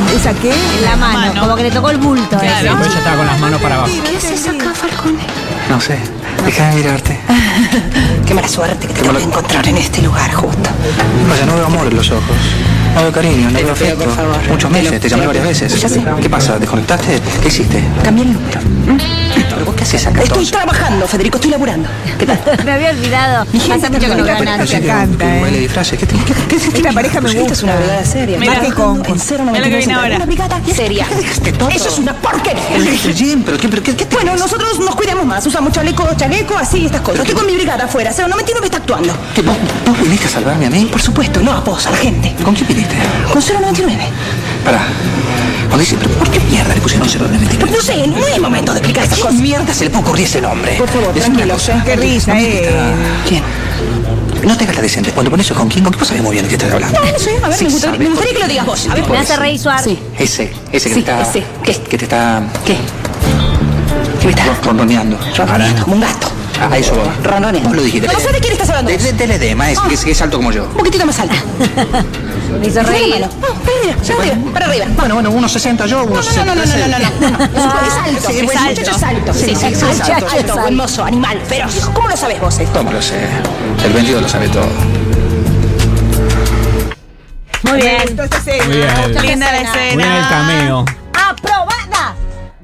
[SPEAKER 9] creer.
[SPEAKER 2] ¿Esa qué?
[SPEAKER 3] En la mano.
[SPEAKER 4] Mano.
[SPEAKER 3] Como que le tocó el bulto.
[SPEAKER 5] Sí,
[SPEAKER 4] Claro.
[SPEAKER 5] pero ella estaba con las manos para abajo.
[SPEAKER 2] ¿Qué haces acá?
[SPEAKER 9] No sé. Déjame mirarte.
[SPEAKER 8] Qué mala suerte que te voy a encontrar en este lugar, justo.
[SPEAKER 9] Vaya, no veo amor en los ojos. No veo cariño, no
[SPEAKER 8] Te
[SPEAKER 9] veo
[SPEAKER 8] lo pido,
[SPEAKER 9] afecto.
[SPEAKER 8] por favor.
[SPEAKER 9] Muchos
[SPEAKER 8] Te lo-
[SPEAKER 9] meses, te llamé
[SPEAKER 8] sí.
[SPEAKER 9] varias veces.
[SPEAKER 8] Ya sé.
[SPEAKER 9] ¿Qué pasa? ¿Desconectaste? ¿Qué hiciste?
[SPEAKER 8] Cambié el número.
[SPEAKER 9] ¿Pero vos qué haces acá
[SPEAKER 8] Estoy
[SPEAKER 9] entonces?
[SPEAKER 8] trabajando, Federico, estoy laburando. ¿Qué tal?
[SPEAKER 3] Me había olvidado. Hace mucho que no veo a
[SPEAKER 9] Pero
[SPEAKER 3] nadie.
[SPEAKER 9] sí que
[SPEAKER 2] encanta,
[SPEAKER 9] un
[SPEAKER 2] ¿eh?
[SPEAKER 9] baile de disfraces. ¿Qué te- Pues qué- qué- qué-
[SPEAKER 2] Esta pareja me
[SPEAKER 8] Esta es una
[SPEAKER 2] gusta.
[SPEAKER 8] brigada seria.
[SPEAKER 4] Mira.
[SPEAKER 8] Estoy trabajando en cero
[SPEAKER 4] Mira lo que viene ahora.
[SPEAKER 8] Una brigada seria. Eso es una porquería.
[SPEAKER 9] qué- Jim, pues pero qué, pero qué, qué te-
[SPEAKER 8] Bueno, nosotros nos cuidamos más. Usamos chaleco, chaleco, así, estas cosas. Estoy con mi brigada afuera. 091 me está actuando.
[SPEAKER 9] ¿Qué- ¿Vos, vos viniste a salvarme a mí?
[SPEAKER 8] Por supuesto, no a vos, a la gente.
[SPEAKER 9] ¿Con quién viniste?
[SPEAKER 8] Con 099.
[SPEAKER 9] Pará. Cuando dice, pero ¿por qué mierda le pusieron 099?
[SPEAKER 8] No sé, no es momento de explicar esas
[SPEAKER 9] ¿Qué
[SPEAKER 8] cosas.
[SPEAKER 9] mierda se le puede ocurrir ese nombre?
[SPEAKER 8] Por favor,
[SPEAKER 9] Decime una
[SPEAKER 8] tranquilo.
[SPEAKER 9] cosa.
[SPEAKER 2] Qué risa, eh.
[SPEAKER 9] ¿Quién? No te hagas la decente. Cuando pones eso con quién, con qué vos sabés muy bien de qué estás hablando.
[SPEAKER 8] No, no sé, a ver,
[SPEAKER 9] Sí,
[SPEAKER 8] me, gustaría,
[SPEAKER 9] sabes
[SPEAKER 8] me
[SPEAKER 9] por
[SPEAKER 8] gustaría
[SPEAKER 9] qué.
[SPEAKER 8] que lo digas vos. A ver,
[SPEAKER 3] Me hace reír Suárez.
[SPEAKER 9] Ese, ese que
[SPEAKER 8] Sí,
[SPEAKER 9] te está.
[SPEAKER 8] ese. ¿Qué?
[SPEAKER 9] Que te está.
[SPEAKER 8] ¿qué me está?
[SPEAKER 9] rondoneando.
[SPEAKER 8] Como un gato.
[SPEAKER 9] A eso va.
[SPEAKER 8] Ranoneando.
[SPEAKER 9] Vos lo dijiste.
[SPEAKER 8] No sé de quién estás hablando. Ah.
[SPEAKER 9] De- de- Del edema, es, E, que es, que es alto como yo.
[SPEAKER 8] Un poquitito más alta.
[SPEAKER 3] Me hizo reír.
[SPEAKER 8] Para arriba, para arriba, para arriba.
[SPEAKER 9] Bueno, bueno, 1.60 yo,
[SPEAKER 8] No, no,
[SPEAKER 9] 1.63.
[SPEAKER 8] no, no, no, no, no, no. Es alto,
[SPEAKER 4] Sí,
[SPEAKER 8] es
[SPEAKER 4] es
[SPEAKER 8] alto. Es alto, sí, sí,
[SPEAKER 3] es
[SPEAKER 8] es alto,
[SPEAKER 3] alto, es
[SPEAKER 8] alto,
[SPEAKER 3] alto.
[SPEAKER 8] buen mozo, animal, feroz. ¿Cómo lo sabes vos esto?
[SPEAKER 9] Toma, lo sé. El vendido lo sabe todo.
[SPEAKER 3] Muy bien.
[SPEAKER 5] Muy bien.
[SPEAKER 4] Linda la
[SPEAKER 3] escena.
[SPEAKER 5] Muy bien el
[SPEAKER 4] escena.
[SPEAKER 5] cameo.
[SPEAKER 3] ¡Aprobada!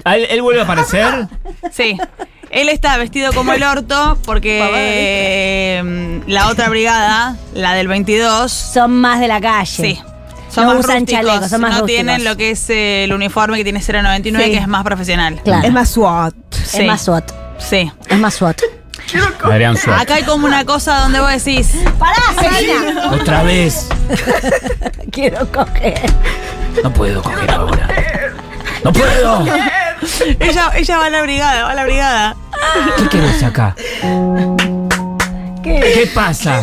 [SPEAKER 5] Ah, ¿Él, él vuelve a aparecer?
[SPEAKER 4] Sí. Él está vestido como el orto porque eh, la otra brigada, la del 22,
[SPEAKER 3] Son más de la calle.
[SPEAKER 4] sí. Son
[SPEAKER 3] No
[SPEAKER 4] más
[SPEAKER 3] usan
[SPEAKER 4] rústicos,
[SPEAKER 3] chalecos, son más
[SPEAKER 4] no
[SPEAKER 3] rústicos.
[SPEAKER 4] tienen lo que es eh, el uniforme que tiene 099,
[SPEAKER 2] Sí.
[SPEAKER 4] que es más profesional.
[SPEAKER 3] Claro.
[SPEAKER 2] Es más SWAT.
[SPEAKER 4] Sí,
[SPEAKER 3] Es más SWAT.
[SPEAKER 4] sí.
[SPEAKER 3] Es más SWAT.
[SPEAKER 5] Adrián Suárez.
[SPEAKER 4] Acá hay como una cosa donde vos decís,
[SPEAKER 3] ¡Pará, Selena!
[SPEAKER 5] Otra vez.
[SPEAKER 3] Quiero coger.
[SPEAKER 5] No puedo coger ahora. No puedo.
[SPEAKER 4] ella, ella va a la brigada, va a la brigada.
[SPEAKER 5] ¿Qué querés acá? ¿Qué, pasa?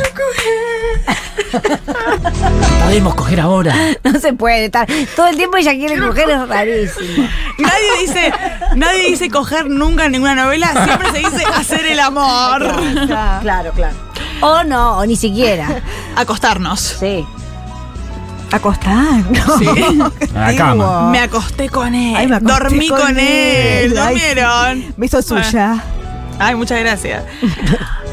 [SPEAKER 5] Podemos coger ahora.
[SPEAKER 3] No se puede estar. Todo el tiempo ella quiere coger, es rarísimo.
[SPEAKER 4] Nadie dice, nadie dice coger nunca en ninguna novela, siempre se dice hacer el amor.
[SPEAKER 3] Claro, claro. O no, o ni siquiera.
[SPEAKER 4] Acostarnos.
[SPEAKER 3] Sí.
[SPEAKER 2] Acostar. No.
[SPEAKER 5] A la cama.
[SPEAKER 4] Me acosté con él.
[SPEAKER 2] Ah. Ay, me acosté
[SPEAKER 4] dormí con,
[SPEAKER 2] con
[SPEAKER 4] él.
[SPEAKER 2] él. Ay,
[SPEAKER 4] ¿Dormieron?
[SPEAKER 2] Me hizo suya.
[SPEAKER 4] Ay, muchas gracias.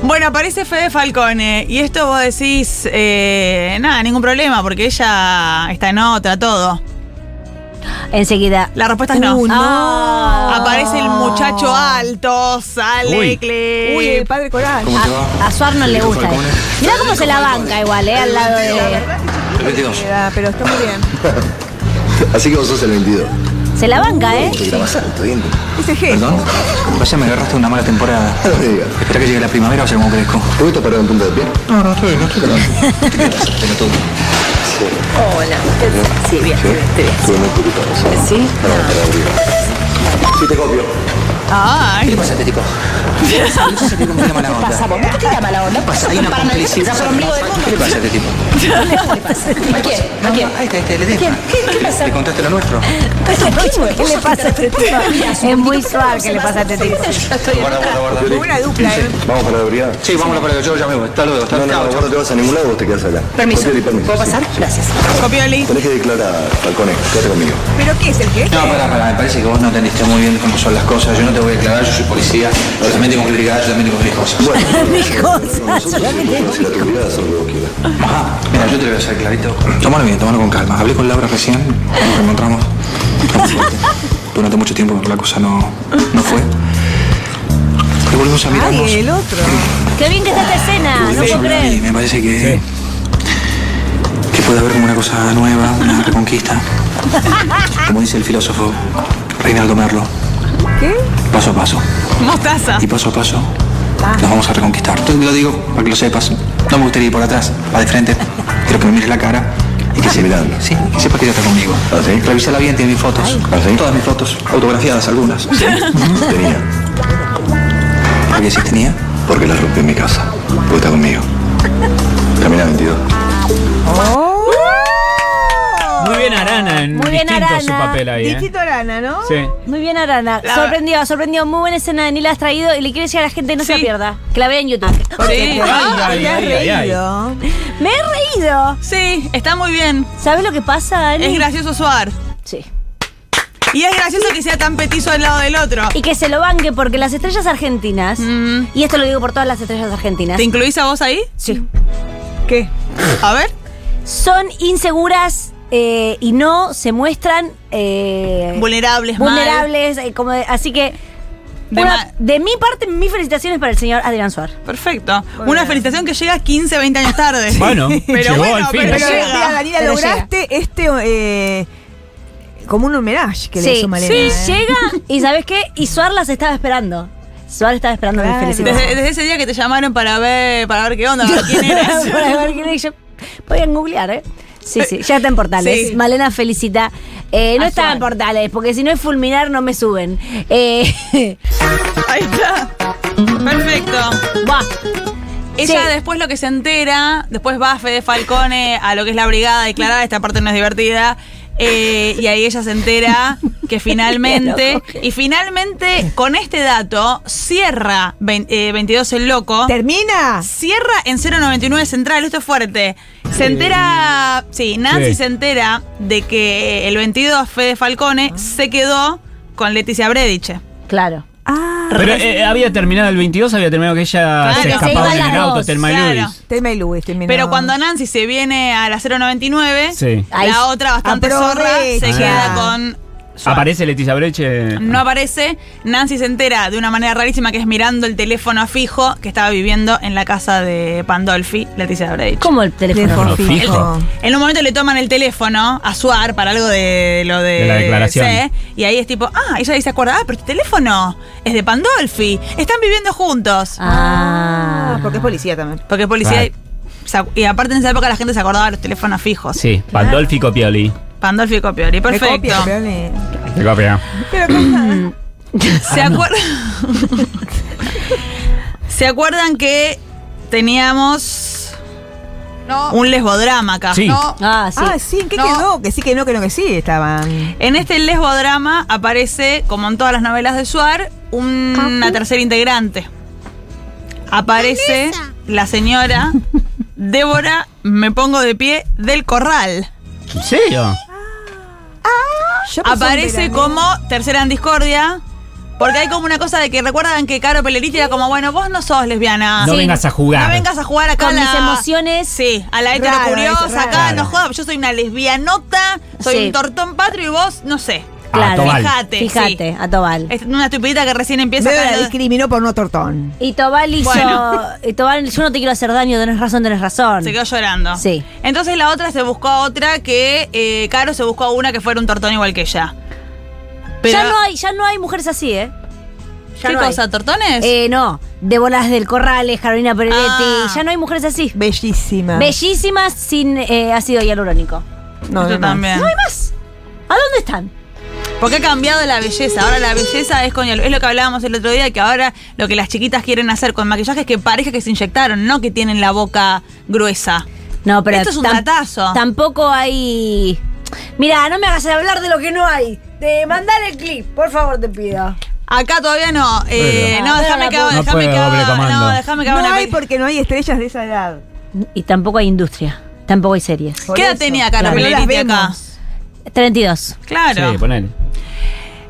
[SPEAKER 4] Bueno, aparece Fede Falcone y esto vos decís, eh, nada, ningún problema, porque ella está en otra, todo.
[SPEAKER 3] Enseguida.
[SPEAKER 4] La respuesta es no.
[SPEAKER 2] Uh, no.
[SPEAKER 3] Ah.
[SPEAKER 4] Aparece el muchacho alto, sale
[SPEAKER 5] Uy.
[SPEAKER 4] clip.
[SPEAKER 2] Uy, el padre Coral.
[SPEAKER 9] ¿Cómo te va?
[SPEAKER 3] A, a Suar no le
[SPEAKER 9] Federico
[SPEAKER 3] gusta.
[SPEAKER 9] Falcone.
[SPEAKER 3] eh. Mirá cómo se la banca igual, ¿eh? Al lado de...
[SPEAKER 9] El 22.
[SPEAKER 2] Queda, Pero está muy bien.
[SPEAKER 7] Así que vos sos el 22.
[SPEAKER 3] Se la banca, ¿eh?
[SPEAKER 7] Te grabás alto, bien.
[SPEAKER 2] Ese gesto.
[SPEAKER 9] ¿Perdón? Vaya, me agarraste una mala temporada.
[SPEAKER 7] No me digas.
[SPEAKER 9] Espera que llegue la primavera o sea como crezco.
[SPEAKER 7] ¿Te gusta parar en punta de pie?
[SPEAKER 9] No, no estoy, no estoy.
[SPEAKER 7] Pelotudo. Sí. Hola. Sí, bien, sí, bien, Estuve muy preocupado. ¿Sí? No, para arriba. Sí, te copio.
[SPEAKER 9] ¿Qué le
[SPEAKER 4] Ay,
[SPEAKER 9] pasa a este tipo? ¿Qué le pasa? No sé si tiene como mala onda.
[SPEAKER 8] Pasa vos, ¿por qué te da mala onda?
[SPEAKER 9] pasa? Hay una
[SPEAKER 8] Para
[SPEAKER 9] complicidad.
[SPEAKER 8] analizar el ombligo del mundo.
[SPEAKER 9] ¿Qué le pasa a este tipo?
[SPEAKER 8] ¿A quién? ¿A quién?
[SPEAKER 9] Ahí está, ahí está, el edema.
[SPEAKER 8] ¿Quién? ¿Qué- qué le pasa?
[SPEAKER 9] ¿Le contaste lo nuestro?
[SPEAKER 8] ¿Qué le pasa a este tipo?
[SPEAKER 3] Es muy suave que le pasa a este tipo.
[SPEAKER 9] Guarda, guarda, guarda.
[SPEAKER 2] Una dupla, ¿eh?
[SPEAKER 7] Vamos para la brigada.
[SPEAKER 9] Sí, vámonos para que yo ya me voy. Hasta luego, hasta
[SPEAKER 7] No, no,
[SPEAKER 9] luego.
[SPEAKER 7] no, vos no te vas a ningún lado, vos te quedas acá.
[SPEAKER 8] Permiso.
[SPEAKER 7] Copiar y permiso.
[SPEAKER 8] ¿Puedo pasar?
[SPEAKER 7] Sí, sí.
[SPEAKER 8] Gracias.
[SPEAKER 4] Copioli.
[SPEAKER 7] Tenés que declarar, Falcone, quédate conmigo.
[SPEAKER 2] ¿Pero qué es el que?
[SPEAKER 9] No, pará, pará, me parece que vos no entendiste muy bien cómo son las cosas. Yo no te voy a aclarar, yo soy policía. Yo también tengo que brigar, yo también tengo mis cosas.
[SPEAKER 7] Bueno,
[SPEAKER 3] Mis
[SPEAKER 7] nosotros
[SPEAKER 3] cosas, solamente
[SPEAKER 7] somos la autoridad, haz lo que vos quieras.
[SPEAKER 9] Ajá, mira, yo te lo voy a hacer clarito. Tómalo bien, tómalo con calma. Hablé con Laura recién, nos encontramos durante mucho tiempo, pero la cosa no, no fue. Y volvimos a mirarnos.
[SPEAKER 2] Ay, el otro.
[SPEAKER 3] Qué bien que está esta escena, Ah, no
[SPEAKER 9] Volvimos a
[SPEAKER 3] puedo
[SPEAKER 9] hablar y
[SPEAKER 3] creer.
[SPEAKER 9] me parece que, que puede haber como una cosa nueva, una reconquista. Como dice el filósofo Reinaldo Merlo,
[SPEAKER 2] ¿Qué?
[SPEAKER 9] paso a paso.
[SPEAKER 4] Mostaza.
[SPEAKER 9] Y paso a paso nos vamos a reconquistar. Te lo digo para que lo sepas. No me gustaría ir por atrás, va de frente. Quiero que me mires la cara y que
[SPEAKER 7] Sí,
[SPEAKER 9] sepas,
[SPEAKER 7] mirando.
[SPEAKER 9] sí, que sepas que ya está conmigo.
[SPEAKER 7] ¿Ah, sí?
[SPEAKER 9] Revisala bien, tiene mis fotos.
[SPEAKER 7] ¿Ah, sí?
[SPEAKER 9] Todas mis fotos, autografiadas algunas.
[SPEAKER 7] Tenía,
[SPEAKER 9] ¿Por qué sí tenía?
[SPEAKER 7] porque la rompí en mi casa. Porque está conmigo. Camina 22.
[SPEAKER 5] Muy bien Arana en
[SPEAKER 3] Muy bien,
[SPEAKER 5] distinto su
[SPEAKER 3] Arana.
[SPEAKER 5] papel ahí, ¿eh?
[SPEAKER 2] Distrito Arana, ¿no?
[SPEAKER 5] Sí.
[SPEAKER 3] Muy bien, Arana.
[SPEAKER 4] La-
[SPEAKER 3] Sorprendido, sorprendido. Muy buena escena, ni la has traído. Y le quiere decir a la gente, no se
[SPEAKER 4] Sí.
[SPEAKER 3] la pierda. Que la vea en YouTube.
[SPEAKER 4] Sí. Ah,
[SPEAKER 5] ay,
[SPEAKER 2] Te has
[SPEAKER 5] ay, ay, ay.
[SPEAKER 2] reído.
[SPEAKER 3] Me he reído.
[SPEAKER 4] sí, está muy bien.
[SPEAKER 3] ¿Sabes lo que pasa, Ani?
[SPEAKER 4] Es gracioso Suar.
[SPEAKER 3] Sí.
[SPEAKER 4] Y es gracioso que sea tan petizo al lado del otro.
[SPEAKER 3] Y que se lo banque porque las estrellas argentinas,
[SPEAKER 4] Mm.
[SPEAKER 3] y esto lo digo por todas las estrellas argentinas,
[SPEAKER 4] ¿Te incluís a vos ahí?
[SPEAKER 3] sí,
[SPEAKER 2] ¿Qué?
[SPEAKER 4] A ver.
[SPEAKER 3] son inseguras eh, y no se muestran eh,
[SPEAKER 4] Vulnerables, mal.
[SPEAKER 3] vulnerables, eh, como de- así que
[SPEAKER 4] De
[SPEAKER 3] una-
[SPEAKER 4] mal.
[SPEAKER 3] de mi parte, mis felicitaciones para el señor Adrián Suar.
[SPEAKER 4] Perfecto. Una felicitación que llega 15, 20 años tarde.
[SPEAKER 5] Bueno,
[SPEAKER 4] pero
[SPEAKER 5] llegó
[SPEAKER 4] bueno,
[SPEAKER 5] al fin.
[SPEAKER 4] pero
[SPEAKER 2] Pero,
[SPEAKER 4] llega.
[SPEAKER 2] mira, Daniela,
[SPEAKER 3] Pero
[SPEAKER 2] lograste este. eh, como un homenaje que le
[SPEAKER 3] Sí,
[SPEAKER 2] hizo Malena.
[SPEAKER 3] sí,
[SPEAKER 2] ¿eh?
[SPEAKER 3] llega y ¿sabes qué? Y Suar las estaba esperando. Suar estaba esperando mis
[SPEAKER 2] Claro.
[SPEAKER 3] felicitaciones.
[SPEAKER 4] Desde, desde ese día que te llamaron para ver, para ver qué onda, para ver quién eres.
[SPEAKER 3] Para ver quién es. Yo- Pueden googlear, ¿eh? Sí, sí, ya está en
[SPEAKER 4] Sí.
[SPEAKER 3] portales.
[SPEAKER 4] Ah,
[SPEAKER 3] Malena felicita. Eh, no
[SPEAKER 4] A
[SPEAKER 3] está
[SPEAKER 4] Suar.
[SPEAKER 3] en portales, porque si no es fulminar, no me suben. Eh,
[SPEAKER 4] Ahí está. Perfecto.
[SPEAKER 3] buah.
[SPEAKER 4] Ella
[SPEAKER 3] Sí.
[SPEAKER 4] después lo que se entera, después va Fede Falcone a lo que es la brigada a declarar, esta parte no es divertida, Eh, y ahí ella se entera que finalmente, y finalmente con este dato, cierra vein- eh, 22 el loco.
[SPEAKER 2] ¿Termina?
[SPEAKER 4] Cierra en 099 Central, esto es fuerte. Se entera, sí, Nancy
[SPEAKER 5] Sí.
[SPEAKER 4] se entera de que el 22 Fede Falcone se quedó con Leticia Brediche.
[SPEAKER 3] Claro.
[SPEAKER 2] Ah,
[SPEAKER 5] Pero eh, había terminado el 22, había terminado que ella
[SPEAKER 4] Claro.
[SPEAKER 5] se
[SPEAKER 4] Se
[SPEAKER 5] escapaba
[SPEAKER 3] iban
[SPEAKER 5] en el
[SPEAKER 3] las
[SPEAKER 5] auto,
[SPEAKER 3] dos,
[SPEAKER 5] Telma y
[SPEAKER 4] claro.
[SPEAKER 5] Luis.
[SPEAKER 2] Telma y Luis, terminó.
[SPEAKER 4] Pero cuando Nancy se viene a la 099,
[SPEAKER 5] Sí.
[SPEAKER 3] Ahí eh,
[SPEAKER 4] la otra bastante zorra se
[SPEAKER 2] aprovecha.
[SPEAKER 4] queda con. su-
[SPEAKER 5] Aparece Leticia Breche.
[SPEAKER 4] No aparece. Nancy se entera de una manera rarísima que es mirando el teléfono a fijo que estaba viviendo en la casa de Pandolfi, Leticia Brecht.
[SPEAKER 3] ¿Cómo el teléfono?
[SPEAKER 5] Teléfono fijo.
[SPEAKER 2] fijo.
[SPEAKER 4] En un momento le toman el teléfono a Suar para algo de lo de,
[SPEAKER 5] De la declaración.
[SPEAKER 4] C, y ahí es tipo, ah, ella ahí se acuerda, ah, pero este teléfono es de Pandolfi. Están viviendo juntos.
[SPEAKER 3] Ah.
[SPEAKER 2] Ah, porque es policía también.
[SPEAKER 4] Porque es policía.
[SPEAKER 5] Claro.
[SPEAKER 4] y- se acu- Y aparte en esa época la gente se acordaba de los teléfonos fijos.
[SPEAKER 5] Sí, Pandolfi Copioli.
[SPEAKER 4] Pandolfi y Copioli,
[SPEAKER 2] Me
[SPEAKER 4] perfecto.
[SPEAKER 2] copia, pero le-
[SPEAKER 5] Copia.
[SPEAKER 2] Pero cosa-
[SPEAKER 4] ¿Se, acuer- ¿Se acuerdan que teníamos un lesbodrama acá?
[SPEAKER 5] Sí.
[SPEAKER 3] Ah, sí.
[SPEAKER 2] Ah, sí, ¿en qué quedó? Que sí, que no, que no, que sí, estaban.
[SPEAKER 4] En este lesbodrama aparece, como en todas las novelas de Suar, una tercera integrante. Aparece la señora Débora, me pongo de pie, del corral.
[SPEAKER 5] ¿En serio?
[SPEAKER 2] Yo pasé un
[SPEAKER 4] Aparece
[SPEAKER 2] verano-
[SPEAKER 4] como tercera en discordia. Porque hay como una cosa de que recuerdan que Caro Pelleriti era como, bueno, vos no sos lesbiana.
[SPEAKER 5] No
[SPEAKER 3] Sí.
[SPEAKER 5] vengas a jugar.
[SPEAKER 4] No vengas a jugar acá
[SPEAKER 3] Con
[SPEAKER 4] a la-
[SPEAKER 3] mis emociones.
[SPEAKER 4] Sí, a la
[SPEAKER 2] Raro,
[SPEAKER 4] heterocuriosa,
[SPEAKER 2] es raro.
[SPEAKER 4] acá, no
[SPEAKER 5] Claro.
[SPEAKER 4] jodas, yo soy una lesbianota, soy
[SPEAKER 3] Sí.
[SPEAKER 4] un tortón patrio y vos, no sé.
[SPEAKER 3] Claro.
[SPEAKER 5] Ah, Tobal.
[SPEAKER 4] Fíjate.
[SPEAKER 3] Fíjate,
[SPEAKER 4] sí.
[SPEAKER 3] a Tobal.
[SPEAKER 4] Es una estupidita que recién empieza
[SPEAKER 2] Veo
[SPEAKER 4] acá
[SPEAKER 2] la
[SPEAKER 4] en la-
[SPEAKER 2] discriminó por no tortón.
[SPEAKER 3] Y Tobal hizo.
[SPEAKER 4] Bueno.
[SPEAKER 3] y Tobal, yo no te quiero hacer daño, tenés razón, tenés razón.
[SPEAKER 4] Se quedó llorando.
[SPEAKER 3] Sí.
[SPEAKER 4] Entonces la otra se buscó a otra que eh, Caro se buscó a una que fuera un tortón igual que ella. Pero,
[SPEAKER 3] ya, no hay, ya no hay mujeres así, ¿eh?
[SPEAKER 4] ¿Qué
[SPEAKER 3] no
[SPEAKER 4] cosa? ¿Tortones?
[SPEAKER 3] Eh, no. Débora del Corrales, Carolina Peretti.
[SPEAKER 4] Ah.
[SPEAKER 3] Ya no hay mujeres así. Ah.
[SPEAKER 2] Bellísima.
[SPEAKER 3] Bellísimas sin eh, ácido hialurónico.
[SPEAKER 2] No,
[SPEAKER 4] Yo
[SPEAKER 2] no, no.
[SPEAKER 4] también.
[SPEAKER 3] No hay más. ¿A dónde están?
[SPEAKER 4] Porque ha cambiado la belleza. Ahora la belleza es con el- es lo que hablábamos el otro día, que ahora lo que las chiquitas quieren hacer con maquillaje es que parezca que se inyectaron, no que tienen la boca gruesa.
[SPEAKER 3] No, pero.
[SPEAKER 4] Esto es un
[SPEAKER 3] tam-
[SPEAKER 4] datazo.
[SPEAKER 3] Tampoco hay. Mira, no me hagas hablar de lo que no hay. Te mandar el clip, por favor, te pido.
[SPEAKER 4] Acá todavía no. Eh,
[SPEAKER 3] Pero-
[SPEAKER 4] no,
[SPEAKER 3] Ah,
[SPEAKER 4] déjame
[SPEAKER 3] pero
[SPEAKER 4] que
[SPEAKER 3] la
[SPEAKER 4] haga,
[SPEAKER 5] puedo. No
[SPEAKER 4] déjame
[SPEAKER 5] puede
[SPEAKER 4] que
[SPEAKER 5] doble
[SPEAKER 4] haga.
[SPEAKER 5] comando.
[SPEAKER 4] No, déjame que haga
[SPEAKER 2] No
[SPEAKER 4] una
[SPEAKER 2] hay
[SPEAKER 4] pe-
[SPEAKER 2] porque no hay estrellas de esa edad.
[SPEAKER 3] Y tampoco hay industria. Tampoco hay series.
[SPEAKER 2] Por
[SPEAKER 4] ¿Qué edad
[SPEAKER 2] eso.
[SPEAKER 4] tenía Caro
[SPEAKER 2] Claro. No las
[SPEAKER 4] Pelleriti acá?
[SPEAKER 2] vemos.
[SPEAKER 3] 32.
[SPEAKER 4] Claro.
[SPEAKER 5] Sí, ponele.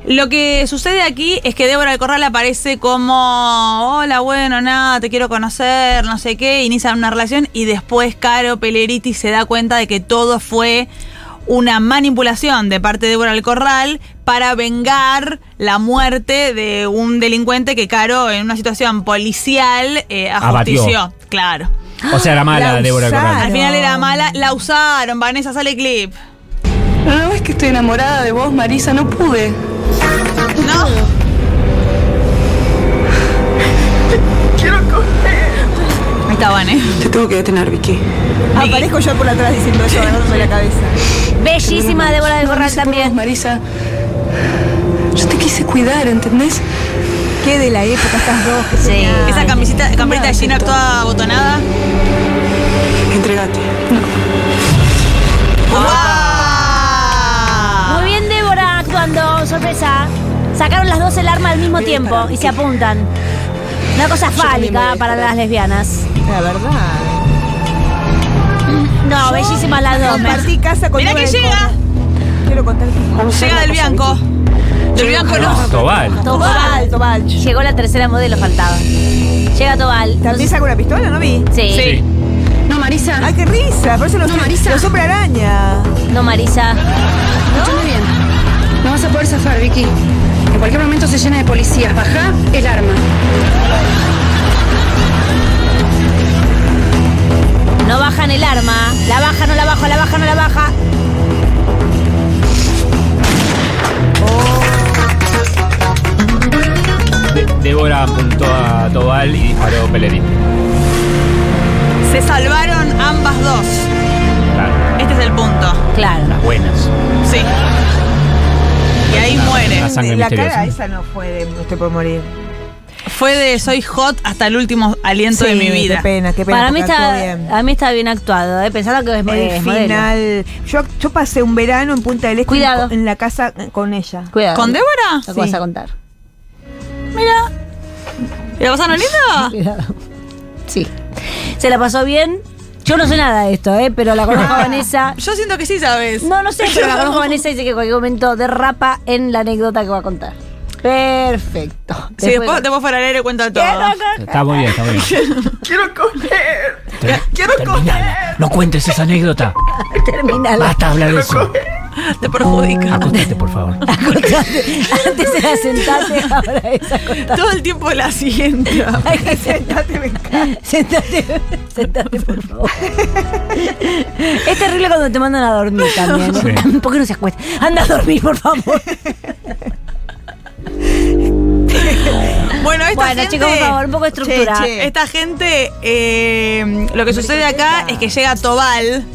[SPEAKER 4] Lo que sucede aquí es que Débora del Corral aparece como, hola, bueno, nada, te quiero conocer, no sé qué, inician una relación y después Caro Peleriti se da cuenta de que todo fue una manipulación de parte de Débora del Corral para vengar la muerte de un delincuente que Caro en una situación policial eh,
[SPEAKER 5] Abatió.
[SPEAKER 4] ajustició. Claro.
[SPEAKER 5] O sea, era mala
[SPEAKER 2] La
[SPEAKER 5] Débora
[SPEAKER 2] usaron.
[SPEAKER 5] Corral.
[SPEAKER 4] Al final era mala, la usaron, Vanessa sale clip.
[SPEAKER 7] No ves que estoy enamorada de vos, Marisa, no pude.
[SPEAKER 4] ¿No? Ahí está Vanessa.
[SPEAKER 7] Te tengo que detener, Vicky.
[SPEAKER 2] Aparezco yo por atrás diciendo eso, agarrándome la cabeza.
[SPEAKER 3] Bellísima Débora del
[SPEAKER 7] No lo
[SPEAKER 3] Corral
[SPEAKER 7] hice por vos,
[SPEAKER 3] también.
[SPEAKER 7] Marisa, yo te quise cuidar, ¿entendés?
[SPEAKER 2] Qué de la época estas dos. qué
[SPEAKER 3] Sí.
[SPEAKER 2] genial.
[SPEAKER 4] Esa camisita, camperita de Gina toda botonada.
[SPEAKER 7] Entregate.
[SPEAKER 4] ¡Wow! ¡Ah!
[SPEAKER 3] Muy bien Débora actuando, sorpresa. Sacaron las dos el arma al mismo tiempo y se apuntan. Una cosa fálica para las lesbianas.
[SPEAKER 2] La verdad.
[SPEAKER 3] No, bellísimas las dos.
[SPEAKER 2] Compartí casa con
[SPEAKER 4] Mirá
[SPEAKER 2] Débora
[SPEAKER 4] que
[SPEAKER 2] del
[SPEAKER 4] llega.
[SPEAKER 2] Corral. Quiero contar.
[SPEAKER 4] Llega del Bianco. Del Bianco no.
[SPEAKER 5] Tobal.
[SPEAKER 3] Tobal.
[SPEAKER 2] Tobal, Tobal.
[SPEAKER 3] Llegó la tercera modelo, faltaba. Llega Tobal.
[SPEAKER 2] ¿También saca una pistola? No vi.
[SPEAKER 3] Sí.
[SPEAKER 4] Sí.
[SPEAKER 7] No, Marisa,
[SPEAKER 2] Ay, qué risa. Por eso los,
[SPEAKER 7] No, Marisa.
[SPEAKER 2] los hombre araña.
[SPEAKER 3] No, Marisa.
[SPEAKER 7] escúchame bien. No vas a poder zafar, Vicky. En cualquier momento se llena de policías. Baja el arma.
[SPEAKER 3] No bajan el arma. La baja, no la bajo, la baja, no la baja.
[SPEAKER 5] De- Débora apuntó a Tobal y disparó Pelerín.
[SPEAKER 4] Se salvaron ambas dos.
[SPEAKER 5] Claro.
[SPEAKER 4] Este es el punto.
[SPEAKER 3] Claro.
[SPEAKER 5] Las buenas.
[SPEAKER 4] Sí. Y ahí muere.
[SPEAKER 5] Las- Sangre
[SPEAKER 2] la
[SPEAKER 5] misteriosa.
[SPEAKER 2] cara esa no fue de Estoy por morir.
[SPEAKER 4] fue de soy hot hasta el último aliento
[SPEAKER 2] Sí,
[SPEAKER 4] de mi vida.
[SPEAKER 2] Qué pena, qué pena.
[SPEAKER 3] Para mí
[SPEAKER 2] porque
[SPEAKER 3] está,
[SPEAKER 2] actuó bien.
[SPEAKER 3] a mí está bien actuado, ¿eh? pensando que es,
[SPEAKER 2] El
[SPEAKER 3] es modelo.
[SPEAKER 2] final. Yo, yo pasé un verano en Punta del Este
[SPEAKER 3] Cuidado.
[SPEAKER 2] en la casa con ella.
[SPEAKER 3] Cuidado.
[SPEAKER 4] ¿Con Débora?
[SPEAKER 3] Lo que vas a contar.
[SPEAKER 4] Mira. ¿Y la pasaron lindo?
[SPEAKER 3] Cuidado. Sí. ¿Se la pasó bien? Yo no sé nada de esto, ¿eh? pero la conozco a Vanessa.
[SPEAKER 4] Yo siento que sí, ¿sabes?
[SPEAKER 3] No, no sé, pero la conozco a Vanessa y dice que en cualquier momento derrapa en la anécdota que va a contar. Perfecto.
[SPEAKER 4] Sí, después, después fuera al aire cuento todo.
[SPEAKER 5] Está muy bien, está muy bien. Quiero comer. Quiero comer. No cuentes esa anécdota.
[SPEAKER 3] Terminala.
[SPEAKER 5] Basta hablar de eso.
[SPEAKER 4] Te perjudica.
[SPEAKER 5] Acostate, por favor.
[SPEAKER 3] Acordate, Antes era sentate, ahora es acordate.
[SPEAKER 4] Todo el tiempo la siguiente.
[SPEAKER 2] Sentate, me encanta.
[SPEAKER 3] Sentate, sentate, por favor. Es terrible cuando te mandan a dormir también.
[SPEAKER 5] Sí.
[SPEAKER 3] ¿Por qué no se acuesta? Anda a dormir, por favor.
[SPEAKER 4] Bueno, esta
[SPEAKER 3] bueno,
[SPEAKER 4] gente-
[SPEAKER 3] chicos, por favor, un poco de estructura.
[SPEAKER 2] che.
[SPEAKER 4] Esta gente, eh, lo que sucede acá es que llega Tobal.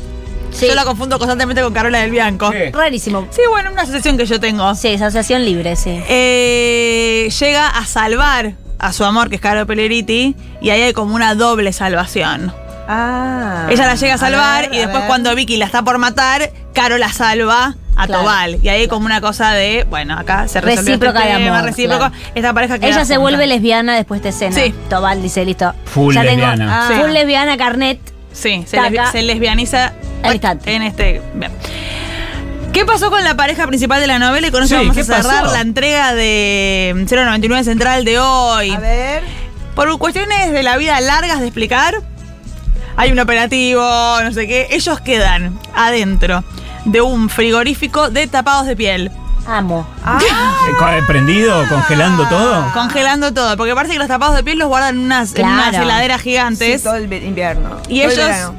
[SPEAKER 3] Sí.
[SPEAKER 4] Yo la confundo constantemente con Carola del Bianco. Sí,
[SPEAKER 3] Rarísimo.
[SPEAKER 4] bueno, una asociación que yo tengo.
[SPEAKER 3] Sí, es asociación libre, sí.
[SPEAKER 4] Eh, llega a salvar a su amor, que es Caro Peleriti, y ahí hay como una doble salvación.
[SPEAKER 2] Ah.
[SPEAKER 4] Ella la llega a salvar
[SPEAKER 2] ver,
[SPEAKER 4] y
[SPEAKER 2] a
[SPEAKER 4] después
[SPEAKER 2] ver.
[SPEAKER 4] cuando Vicky la está por matar, Caro la salva a
[SPEAKER 3] Claro.
[SPEAKER 4] Tobal. Y ahí hay como una cosa de, bueno, acá se resolvió este
[SPEAKER 3] Recíproca de
[SPEAKER 4] tema,
[SPEAKER 3] amor,
[SPEAKER 4] recíproco.
[SPEAKER 3] claro.
[SPEAKER 4] Esta pareja que
[SPEAKER 3] Ella se vuelve lesbiana después de escena.
[SPEAKER 4] Sí.
[SPEAKER 3] Tobal dice, listo.
[SPEAKER 5] Full lesbiana.
[SPEAKER 3] Tengo,
[SPEAKER 4] Sí.
[SPEAKER 3] Full lesbiana, carnet.
[SPEAKER 4] Sí, se,
[SPEAKER 3] Taca.
[SPEAKER 4] lesbi- se lesbianiza
[SPEAKER 3] Al instante.
[SPEAKER 4] en este. bien. ¿Qué pasó con la pareja principal de la novela? Y con eso
[SPEAKER 5] Sí,
[SPEAKER 4] vamos a
[SPEAKER 5] ¿qué
[SPEAKER 4] cerrar
[SPEAKER 5] pasó?
[SPEAKER 4] la entrega de mm, 099 Central de hoy.
[SPEAKER 2] A ver.
[SPEAKER 4] Por cuestiones de la vida largas de explicar, hay un operativo, no sé qué. Ellos quedan adentro de un frigorífico de tapados de piel.
[SPEAKER 3] Amo.
[SPEAKER 2] Ah,
[SPEAKER 5] Eh, co- ¿Prendido? ¿Congelando todo?
[SPEAKER 4] Congelando todo, porque parece que los tapados de piel los guardan en unas, en unas
[SPEAKER 3] Claro.
[SPEAKER 4] heladeras
[SPEAKER 2] Sí,
[SPEAKER 4] gigantes.
[SPEAKER 2] todo el ve- invierno.
[SPEAKER 4] Y
[SPEAKER 2] Todo el
[SPEAKER 4] ellos-
[SPEAKER 2] verano.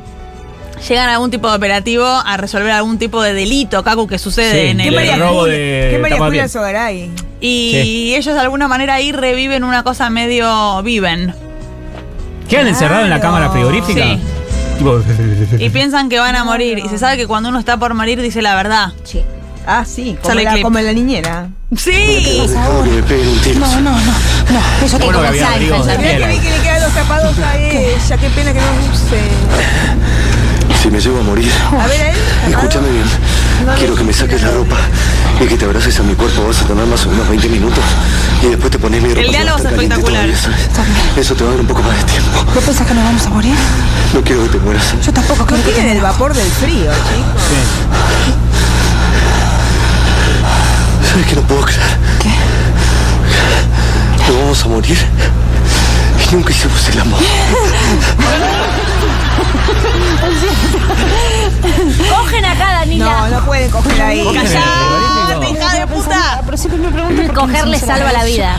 [SPEAKER 4] Llegan a algún tipo de operativo a resolver algún tipo de delito, Kaku, que sucede
[SPEAKER 5] Sí,
[SPEAKER 4] en
[SPEAKER 5] ¿Qué
[SPEAKER 4] el.
[SPEAKER 5] María robo
[SPEAKER 2] Julia-
[SPEAKER 5] de
[SPEAKER 2] ¿Qué María
[SPEAKER 5] tapa
[SPEAKER 2] Julia
[SPEAKER 5] bien.
[SPEAKER 2] Sogaray?
[SPEAKER 4] Y
[SPEAKER 5] Sí.
[SPEAKER 4] ellos de alguna manera ahí reviven una cosa medio viven.
[SPEAKER 5] ¿Quedan encerrados en la
[SPEAKER 2] Claro.
[SPEAKER 5] cámara frigorífica?
[SPEAKER 4] Sí.
[SPEAKER 5] Tipo-
[SPEAKER 4] Y piensan que van a morir. Y se sabe que cuando uno está por morir dice la verdad.
[SPEAKER 3] Sí.
[SPEAKER 2] Ah, sí, como,
[SPEAKER 4] Sale
[SPEAKER 2] la,
[SPEAKER 4] clip.
[SPEAKER 2] como la niñera.
[SPEAKER 4] Sí.
[SPEAKER 9] Dejo que me peguen un tiro.
[SPEAKER 8] No, no, no. No, eso
[SPEAKER 5] Bueno, que había abrigos de
[SPEAKER 2] Mirá que vi
[SPEAKER 5] piel.
[SPEAKER 2] que le quedan los tapados a ella, qué pena que no los use.
[SPEAKER 9] Si me llevo a morir,
[SPEAKER 2] A ver, a él.
[SPEAKER 9] escúchame bien. Quiero que me saques la ropa y que te abraces a mi cuerpo. Vas a tomar más o menos 20 minutos y después te pones mi ropa. que va a
[SPEAKER 4] diálogo
[SPEAKER 9] estar
[SPEAKER 4] es
[SPEAKER 9] caliente
[SPEAKER 4] espectacular.
[SPEAKER 9] todavía, ¿sabes? Eso te va a dar un poco más de tiempo.
[SPEAKER 8] ¿Vos pensás que nos vamos a morir?
[SPEAKER 9] No quiero que te mueras.
[SPEAKER 8] Yo tampoco
[SPEAKER 2] No
[SPEAKER 8] creo que...
[SPEAKER 2] tienen el vapor del frío, chicos.
[SPEAKER 9] ¿Sabes que no puedo creer? ¿Qué? Nos vamos a morir y nunca hicimos el amor.
[SPEAKER 3] Cogen acá, Danila.
[SPEAKER 2] No, no pueden coger ahí.
[SPEAKER 4] ¡Callate, hija de puta!
[SPEAKER 8] Pero siempre me preguntan por qué
[SPEAKER 3] Coger
[SPEAKER 8] no
[SPEAKER 3] les
[SPEAKER 8] se la
[SPEAKER 3] salva la vida.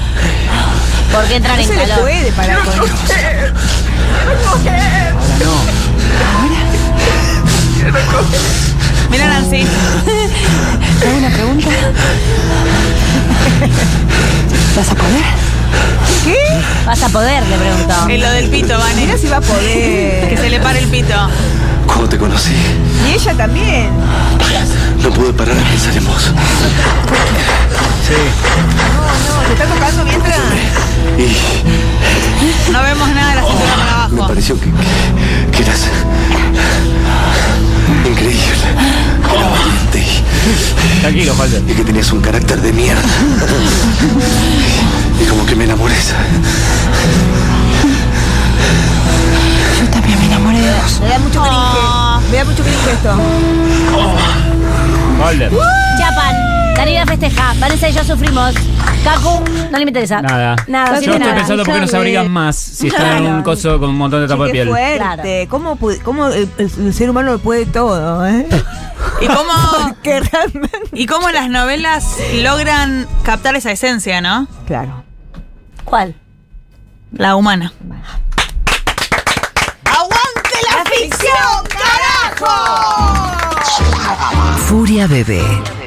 [SPEAKER 3] Porque entran
[SPEAKER 2] No
[SPEAKER 3] en
[SPEAKER 2] se le
[SPEAKER 3] calor.
[SPEAKER 2] puede parar con eso.
[SPEAKER 4] Mira Nancy.
[SPEAKER 8] ¿Te hago una pregunta? ¿Vas a poder?
[SPEAKER 3] Vas a poder, le pregunto.
[SPEAKER 4] En lo del pito, Vane.
[SPEAKER 2] Mirá si va a
[SPEAKER 4] Que
[SPEAKER 2] poder.
[SPEAKER 4] se le pare el pito.
[SPEAKER 9] Cuando te conocí,
[SPEAKER 2] Y ella también.
[SPEAKER 9] no pude parar de pensar en vos.
[SPEAKER 2] No, se está tocando mientras.
[SPEAKER 9] Y
[SPEAKER 4] No vemos nada de la cintura para
[SPEAKER 9] me
[SPEAKER 4] abajo.
[SPEAKER 9] pareció que, que- que eras increíble. Era valiente y-
[SPEAKER 5] Tranquilo, Falter.
[SPEAKER 9] y que tenías un carácter de mierda. Y como que me enamoré. ¿sabes?
[SPEAKER 8] Yo también me enamoré de vos.
[SPEAKER 2] Me da mucho cringe. Me da mucho cringe esto.
[SPEAKER 5] Falter.
[SPEAKER 3] Chapan. Danila festeja. Vanessa y yo sufrimos. Kaku, no le interesa.
[SPEAKER 5] Nada.
[SPEAKER 3] Nada,
[SPEAKER 5] Yo
[SPEAKER 3] siente
[SPEAKER 5] estoy
[SPEAKER 3] nada.
[SPEAKER 5] pensando por qué no se abrigan más si están en un coso con un montón de tapa de
[SPEAKER 2] Qué
[SPEAKER 5] piel.
[SPEAKER 2] fuerte.
[SPEAKER 3] Claro.
[SPEAKER 2] ¿Cómo, pu- cómo el, el- el ser humano lo puede todo, eh?
[SPEAKER 4] ¿Y cómo,
[SPEAKER 2] Que realmente.
[SPEAKER 4] y cómo las novelas logran captar esa esencia, ¿no?
[SPEAKER 2] Claro.
[SPEAKER 3] ¿Cuál?
[SPEAKER 4] La humana. ¡Aguante la ficción, carajo!
[SPEAKER 1] Furia Bebé.